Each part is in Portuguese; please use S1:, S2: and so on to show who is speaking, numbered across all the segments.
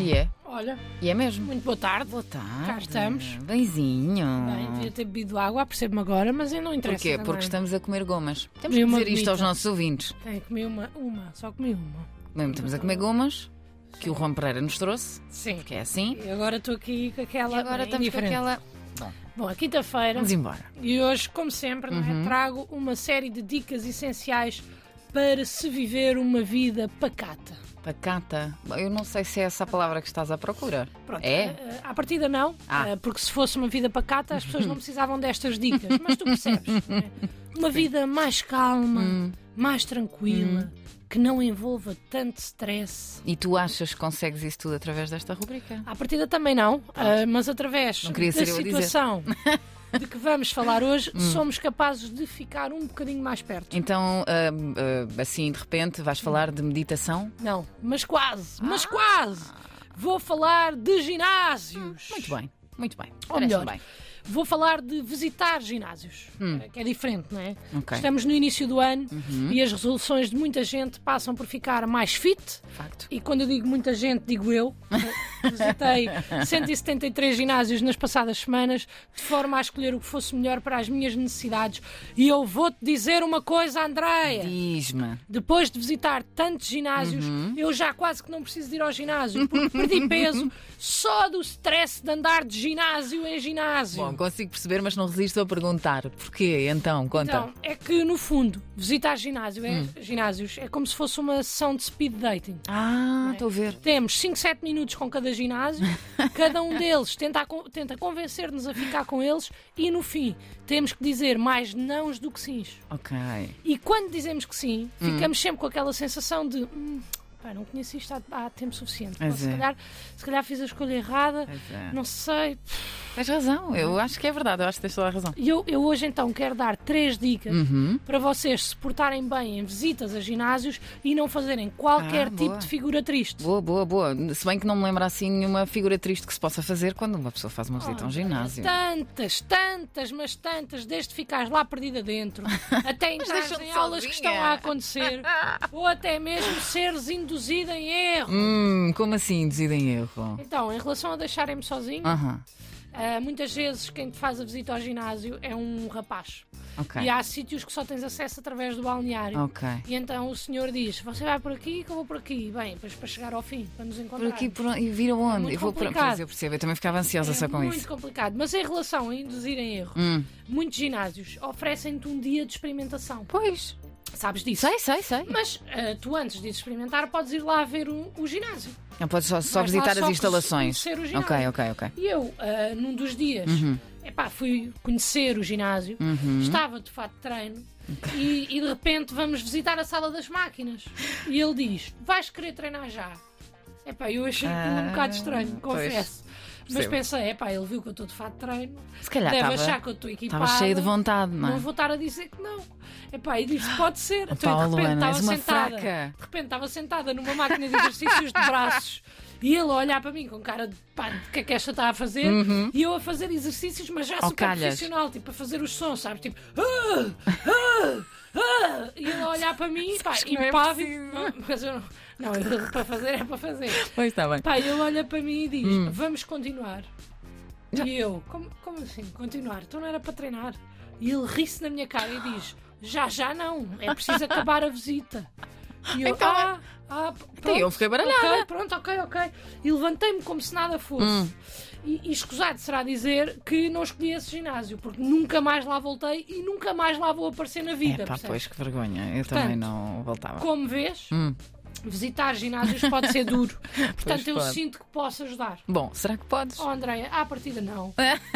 S1: E é.
S2: Olha,
S1: E é mesmo.
S2: muito boa tarde.
S1: Boa tarde.
S2: Cá estamos.
S1: Benzinho.
S2: Bem, devia ter bebido água, percebo-me agora, mas eu não interessa.
S1: Porquê?
S2: também.
S1: Porque estamos a comer gomas. Temos que
S2: Goma
S1: dizer isto
S2: bonita.
S1: aos nossos ouvintes.
S2: Tenho que comer uma, uma, só comi uma.
S1: Mesmo estamos a comer gomas que o Juan Pereira nos trouxe,
S2: Sim.
S1: que é assim.
S2: E agora estou aqui com aquela.
S1: E agora
S2: bem,
S1: estamos com
S2: indiferente.
S1: aquela.
S2: Bom, a quinta-feira.
S1: Vamos Uhum. embora.
S2: E hoje, como sempre, não é? trago uma série de dicas essenciais para se viver uma vida pacata.
S1: Pacata. Bom, Eu não sei se é essa a palavra que estás à procura.
S2: Pronto,
S1: É?
S2: eh, à partida não,
S1: Ah.
S2: eh, porque se fosse uma vida pacata as pessoas não precisavam destas dicas, mas tu percebes. não é? Uma vida mais calma,
S1: Hum.
S2: mais tranquila, que não envolva tanto stress.
S1: E tu achas que consegues isso tudo através desta rubrica?
S2: À partida também não, ah, mas através
S1: Não queria
S2: da
S1: ser eu a dizer. Hum.
S2: situação de que vamos falar hoje, somos capazes de ficar um bocadinho mais perto.
S1: Então, ahm, ah, assim, de repente, vais falar de meditação?
S2: Não, mas quase,
S1: Ah.
S2: mas quase! Vou falar de ginásios.
S1: Hum, Muito bem, muito bem.
S2: Ou
S1: Parece-me
S2: melhor,
S1: bem.
S2: vou falar de visitar ginásios,
S1: Hum.
S2: eh, que é diferente, não é?
S1: Ok.
S2: Estamos no início do ano e as resoluções de muita gente passam por ficar mais fit.
S1: Facto.
S2: E quando eu digo muita gente, digo eu. Visitei 173 ginásios nas passadas semanas, de forma a escolher o que fosse melhor para as minhas necessidades. E eu vou-te dizer uma coisa, Andréia.
S1: Diz-me.
S2: Depois de visitar tantos ginásios, eu já quase que não preciso de ir ao ginásio, porque perdi peso só do stress de andar de ginásio em ginásio.
S1: Bom, consigo perceber, mas não resisto a perguntar. Porquê? Então, Hum. conta.
S2: então, é que no fundo, visitar ginásio é, ginásios é como se fosse uma sessão de speed dating.
S1: ah,
S2: é?
S1: estou a ver.
S2: Temos 5, 7 minutos com cada ginásio, cada um deles tenta, con- tenta convencer-nos a ficar com eles e no fim temos que dizer mais nãos do que sims.
S1: Ok.
S2: E quando dizemos que sim,
S1: Hum.
S2: ficamos sempre com aquela sensação de. Hum, pá, não conheço isto há, há tempo suficiente.
S1: Pois
S2: Pá, se,
S1: é.
S2: calhar, se calhar fiz a escolha errada,
S1: Pois é.
S2: não sei.
S1: Tens razão,
S2: Hum.
S1: eu acho que é verdade, eu acho que tens toda a razão.
S2: E eu, eu hoje então quero dar três dicas
S1: Uhum.
S2: para vocês se portarem bem em visitas a ginásios e não fazerem qualquer
S1: Ah,
S2: tipo
S1: boa.
S2: de figura triste.
S1: Boa, boa, boa. Se bem que não me lembro assim nenhuma figura triste que se possa fazer quando uma pessoa faz uma
S2: Ah,
S1: visita a um ginásio.
S2: então. Tantas, tantas, mas tantas, desde ficares lá perdida dentro, até entrares
S1: deixam-te
S2: em aulas que estão
S1: sozinha.
S2: a acontecer, ou até mesmo seres induzida em erro.
S1: Hum, como assim induzida em erro?
S2: Então, em relação a deixarem-me sozinho,
S1: Aham,
S2: ah, muitas vezes quem te faz a visita ao ginásio é um rapaz.
S1: ok.
S2: E há sítios que só tens acesso através do balneário.
S1: Ok.
S2: E então o senhor diz: Você vai por aqui que eu vou por aqui. Bem, depois para chegar ao fim, para nos
S1: Por
S2: encontrar.
S1: aqui por onde? e vir aonde?
S2: É muito
S1: eu vou por-
S2: complicado.
S1: Pois, eu percebo, eu também ficava ansiosa só
S2: é
S1: com
S2: muito
S1: isso.
S2: complicado. Mas em relação a induzir em erro,
S1: Hum.
S2: muitos ginásios oferecem-te um dia de experimentação.
S1: Pois,
S2: Sabes disso?
S1: sei, sei, sei.
S2: Mas ah, tu, antes de experimentar, podes ir lá ver o, o ginásio.
S1: Não podes só, só
S2: Vais lá
S1: visitar
S2: só
S1: as
S2: conhe-
S1: instalações.
S2: conhecer o
S1: Ok,
S2: ginásio.
S1: ok, ok.
S2: E eu, ah, num dos dias, epá, fui conhecer o ginásio, estava de fato de treino e, e de repente vamos visitar a sala das máquinas. E ele diz: Vais querer treinar já? Epá, eu achei aquilo um
S1: Ah,
S2: bocado estranho,
S1: pois.
S2: confesso. Mas
S1: Percebo.
S2: pensei: epá, ele viu que eu estou de fato de treino,
S1: Se calhar
S2: deve
S1: estava-
S2: achar que eu estou equipada.
S1: Estava cheio de vontade, não
S2: Não
S1: é?
S2: vou estar a dizer que não. Epá, e disse, pode ser.
S1: Oh,
S2: Então, eu,
S1: Paulo,
S2: de repente
S1: Ana,
S2: estava
S1: és uma
S2: sentada.
S1: fraca.
S2: De repente estava sentada numa máquina de exercícios de braços. E ele a olhar para mim com cara de pá, o que é que esta está a fazer? E eu a fazer exercícios, mas já
S1: Oh,
S2: super
S1: Uhum. calhas.
S2: profissional, tipo a fazer os sons, sabes? Tipo, ah, ah, ah. e ele a olhar para mim, pá,
S1: Sabes que não é
S2: impávido.
S1: possível.
S2: Não, mas eu não, não, eu- para fazer é para fazer.
S1: Pois está bem.
S2: Pá, ele olha para mim e diz:
S1: Hum.
S2: Vamos continuar. E eu: como, como assim? Continuar? Então não era para treinar. E ele ri-se na minha cara e diz: Já, já não. É preciso acabar a visita. E eu:
S1: Então,
S2: Ah, ah, p- pronto,
S1: eu fiquei baralhada.
S2: ok, pronto, ok, ok. E levantei-me como se nada fosse.
S1: Hum.
S2: E, e escusado será dizer que não escolhi esse ginásio, porque nunca mais lá voltei e nunca mais lá vou aparecer na vida.
S1: É pá,
S2: percebes?
S1: pois que vergonha. Eu
S2: Portanto,
S1: também não voltava.
S2: Como vês,
S1: Hum.
S2: visitar ginásios pode ser duro. Portanto, eu
S1: pode.
S2: sinto que posso ajudar.
S1: Bom, será que podes?
S2: Oh, Andréia, à partida não.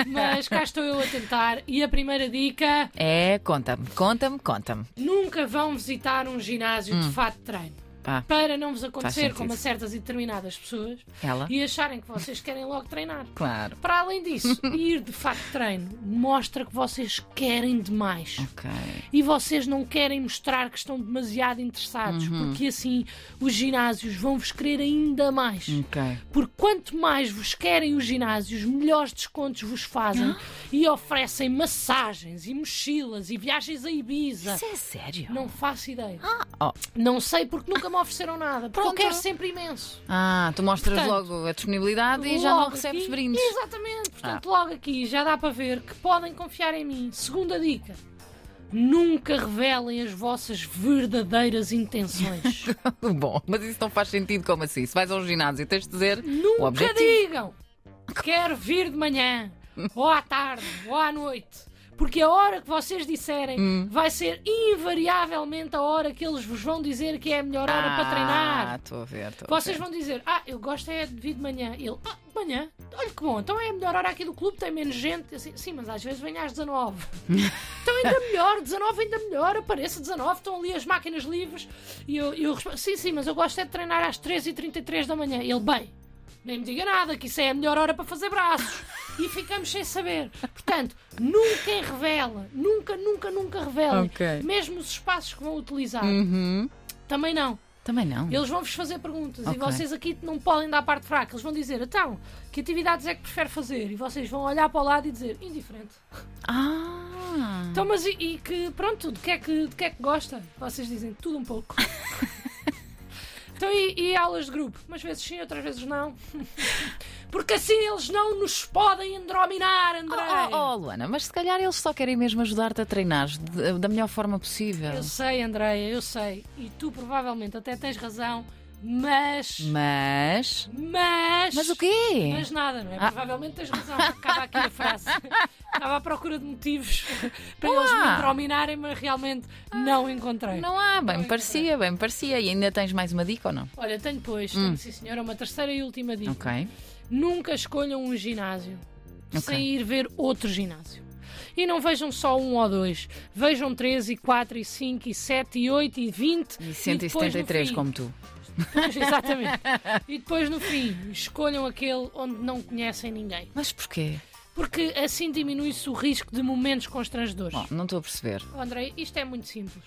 S2: Mas cá estou eu a tentar. E a primeira dica:
S1: É, conta-me, conta-me, conta-me.
S2: nunca vão visitar um ginásio de fato de treino.
S1: Pá,
S2: Para não vos acontecer
S1: Hum. sentido.
S2: como a certas e determinadas pessoas
S1: Ela?
S2: e acharem que vocês querem logo treinar.
S1: claro.
S2: Para além disso, ir de fato de treino mostra que vocês querem demais.
S1: Ok.
S2: E vocês não querem mostrar que estão demasiado interessados,
S1: Uhum.
S2: porque assim os ginásios vão vos querer ainda mais.
S1: Ok.
S2: Porque quanto mais vos querem os ginásios, melhores descontos vos fazem e oferecem massagens e mochilas e viagens a Ibiza.
S1: Isso é sério?
S2: Não faço ideia.
S1: Oh,
S2: Não sei porque nunca me me ofereceram nada, porque
S1: Pronto.
S2: eu quero sempre imenso.
S1: Ah, tu mostras
S2: Portanto,
S1: logo a disponibilidade e já
S2: Logo
S1: não recebes
S2: aqui-
S1: brindes.
S2: Exatamente, portanto, logo aqui já dá para ver que podem confiar em mim. Segunda dica: nunca revelem as vossas verdadeiras intenções.
S1: Bom, mas isso não faz sentido como assim? Se vais ao ginásio e tens de dizer o
S2: Nunca
S1: Um objetivo.
S2: digam quero vir de manhã, ou à tarde, ou à noite. Porque a hora que vocês disserem
S1: Hum.
S2: vai ser invariavelmente a hora que eles vos vão dizer que é a melhor hora para
S1: Ah,
S2: treinar.
S1: estou a ver, estou a
S2: Vocês
S1: ver.
S2: vão dizer, ah, eu gosto é de vir de manhã. Ele, ah, de manhã? Olha que bom, então é a melhor hora aqui do clube, tem menos gente. Eu, assim, Sim, mas às vezes vem às 19. então ainda melhor, 19 ainda melhor, apareça 19, estão ali as máquinas livres. E eu, eu respondo, sim, sim, mas eu gosto é de treinar às 13h33 da manhã. Ele, bem, nem me diga nada, que isso é a melhor hora para fazer braços. E ficamos sem saber. Portanto, nunca revela, nunca, nunca, nunca revela.
S1: Ok.
S2: Mesmo os espaços que vão utilizar,
S1: Uhum.
S2: também não.
S1: Também não.
S2: Eles vão-vos fazer perguntas
S1: Ok.
S2: e vocês aqui não podem dar parte fraca. Eles vão dizer, então, que atividades é que prefere fazer? E vocês vão olhar para o lado e dizer, indiferente.
S1: Ah.
S2: Então, mas e, e que, pronto, de que, é que, de que é que gosta? Vocês dizem, tudo um pouco. então, e, e aulas de grupo? Umas vezes sim, outras vezes não. Porque assim eles não nos podem endrominar, André.
S1: Oh, oh, oh, Luana, mas se calhar eles só querem mesmo ajudar-te a treinar de- da melhor forma possível.
S2: Eu sei, Andréia, eu sei. E tu provavelmente até tens razão, mas...
S1: Mas.
S2: Mas...
S1: Mas o quê?
S2: Mas nada, não é? Provavelmente tens razão, porque acaba aqui a frase. Estava à procura de motivos para eles
S1: há.
S2: me dominarem, mas realmente não encontrei.
S1: Não há, bem
S2: é.
S1: me parecia, bem me parecia. E ainda tens mais uma dica ou não?
S2: Olha, tenho pois, tenho sim senhora, uma terceira e última dica.
S1: Ok.
S2: Nunca escolham um ginásio
S1: Ok.
S2: sem ir ver outro ginásio. E não vejam só um ou dois, vejam três e quatro e cinco e sete e oito e vinte
S1: E
S2: depois no
S1: 173
S2: fim-
S1: como tu.
S2: Pois, exatamente. e depois no fim, escolham aquele onde não conhecem ninguém.
S1: Mas porquê?
S2: Porque assim diminui-se o risco de momentos constrangedores.
S1: Bom, Hum. não estou a perceber.
S2: Oh, André, isto é muito simples.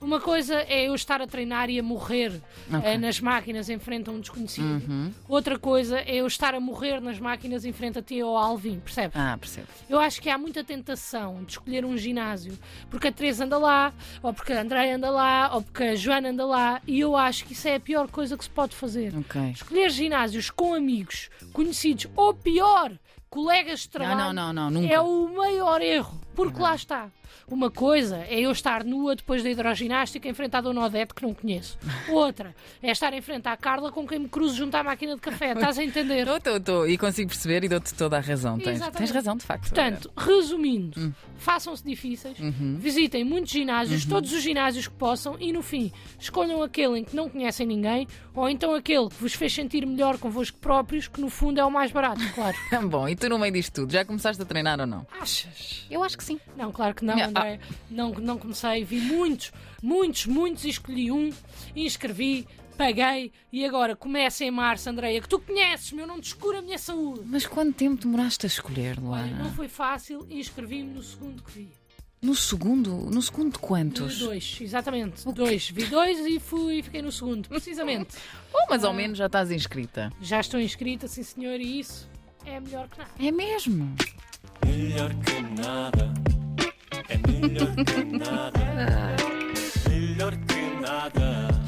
S2: Uma coisa é eu estar a treinar e a morrer eh, nas máquinas em frente a um desconhecido.
S1: Uhum.
S2: Outra coisa é eu estar a morrer nas máquinas em frente a ti ou ao Alvin, percebes?
S1: Ah, percebo.
S2: Eu acho que há muita tentação de escolher um ginásio porque a Teresa anda lá, ou porque a Andréia anda lá, ou porque a Joana anda lá, e eu acho que isso é a pior coisa que se pode fazer.
S1: Ok.
S2: Escolher ginásios com amigos, conhecidos, ou pior, colegas de trabalho.
S1: Ah, Não, não, não, não, nunca.
S2: É o maior erro, porque lá está. Uma coisa é eu estar nua depois da hidroginástica em frente à Dona Odete, que não conheço. Outra é estar em frente à Carla com quem me cruzo junto à máquina de café. Estás a entender?
S1: Estou, estou, estou. E consigo perceber e dou-te toda a razão. Tens,
S2: Exatamente.
S1: tens razão, de facto.
S2: Portanto, resumindo, façam-se difíceis, visitem muitos ginásios, todos os ginásios que possam e no fim escolham aquele em que não conhecem ninguém ou então aquele que vos fez sentir melhor convosco próprios, que no fundo é o mais barato, claro.
S1: Bom, e tu no meio disto tudo, já começaste a treinar ou não?
S2: Achas?
S1: Eu acho que sim.
S2: Não, claro que não,
S1: Não,
S2: André. Não, não comecei, vi muitos, muitos, muitos e escolhi um, inscrevi, paguei e agora começa em março, Andréia, que tu conheces, meu, não descura a minha saúde.
S1: Mas quanto tempo demoraste a escolher,
S2: Olha,
S1: Luana?
S2: não foi fácil e inscrevi-me no segundo que vi.
S1: No segundo? No segundo de
S2: Vi
S1: quantos?
S2: Dois, exatamente. Dois. Vi dois e fui fiquei no segundo, precisamente.
S1: Bom, mas ao menos já estás inscrita.
S2: Já estou inscrita, sim senhor, e isso é melhor que nada.
S1: É mesmo?
S3: Melhor que nada. É melhor que nada. Melhor que nada.